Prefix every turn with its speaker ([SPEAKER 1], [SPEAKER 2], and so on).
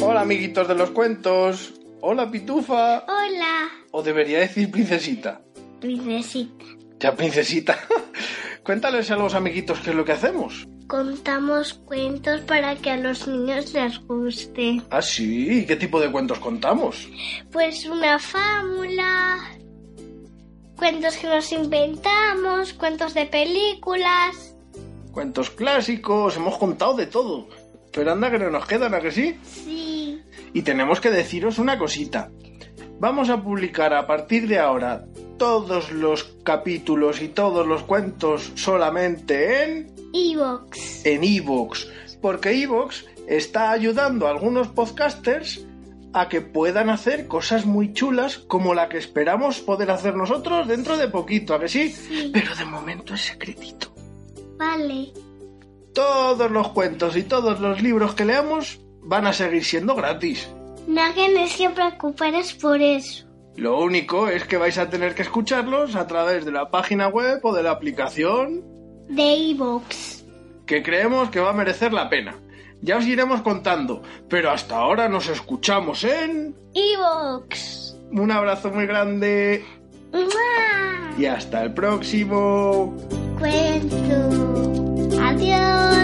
[SPEAKER 1] Hola amiguitos de los cuentos. Hola pitufa.
[SPEAKER 2] Hola,
[SPEAKER 1] O debería decir princesita.
[SPEAKER 2] princesita.
[SPEAKER 1] Ya princesita. Cuéntales a los amiguitos qué es lo que hacemos.
[SPEAKER 2] Contamos cuentos para que a los niños les guste.
[SPEAKER 1] Ah, sí. ¿y ¿Qué tipo de cuentos contamos?
[SPEAKER 2] Pues una fábula, cuentos que nos inventamos, cuentos de películas.
[SPEAKER 1] Cuentos clásicos. Hemos contado de todo. Pero anda que no nos quedan, ¿a que sí?
[SPEAKER 2] Sí,
[SPEAKER 1] Y tenemos que deciros una cosita. Vamos a publicar a partir de ahora todos los capítulos y todos los cuentos solamente en...
[SPEAKER 2] Evox.
[SPEAKER 1] en Evox, porque Evox está ayudando a algunos podcasters a que puedan hacer cosas muy chulas como la que esperamos poder hacer nosotros dentro de poquito, ¿a que sí?
[SPEAKER 2] Sí,
[SPEAKER 1] Pero de momento es secretito.
[SPEAKER 2] vale.
[SPEAKER 1] Todos los cuentos y todos los libros que leamos van a seguir siendo gratis.
[SPEAKER 2] No hagas que preocuparos por eso.
[SPEAKER 1] Lo único es que vais a tener que escucharlos a través de la página web o de la aplicación
[SPEAKER 2] De Evox.
[SPEAKER 1] que creemos que va a merecer la pena. Ya os iremos contando, pero hasta ahora nos escuchamos en...
[SPEAKER 2] Evox.
[SPEAKER 1] Un abrazo muy grande
[SPEAKER 2] ¡Mua!
[SPEAKER 1] y hasta el próximo.
[SPEAKER 2] Cuento. Adiós.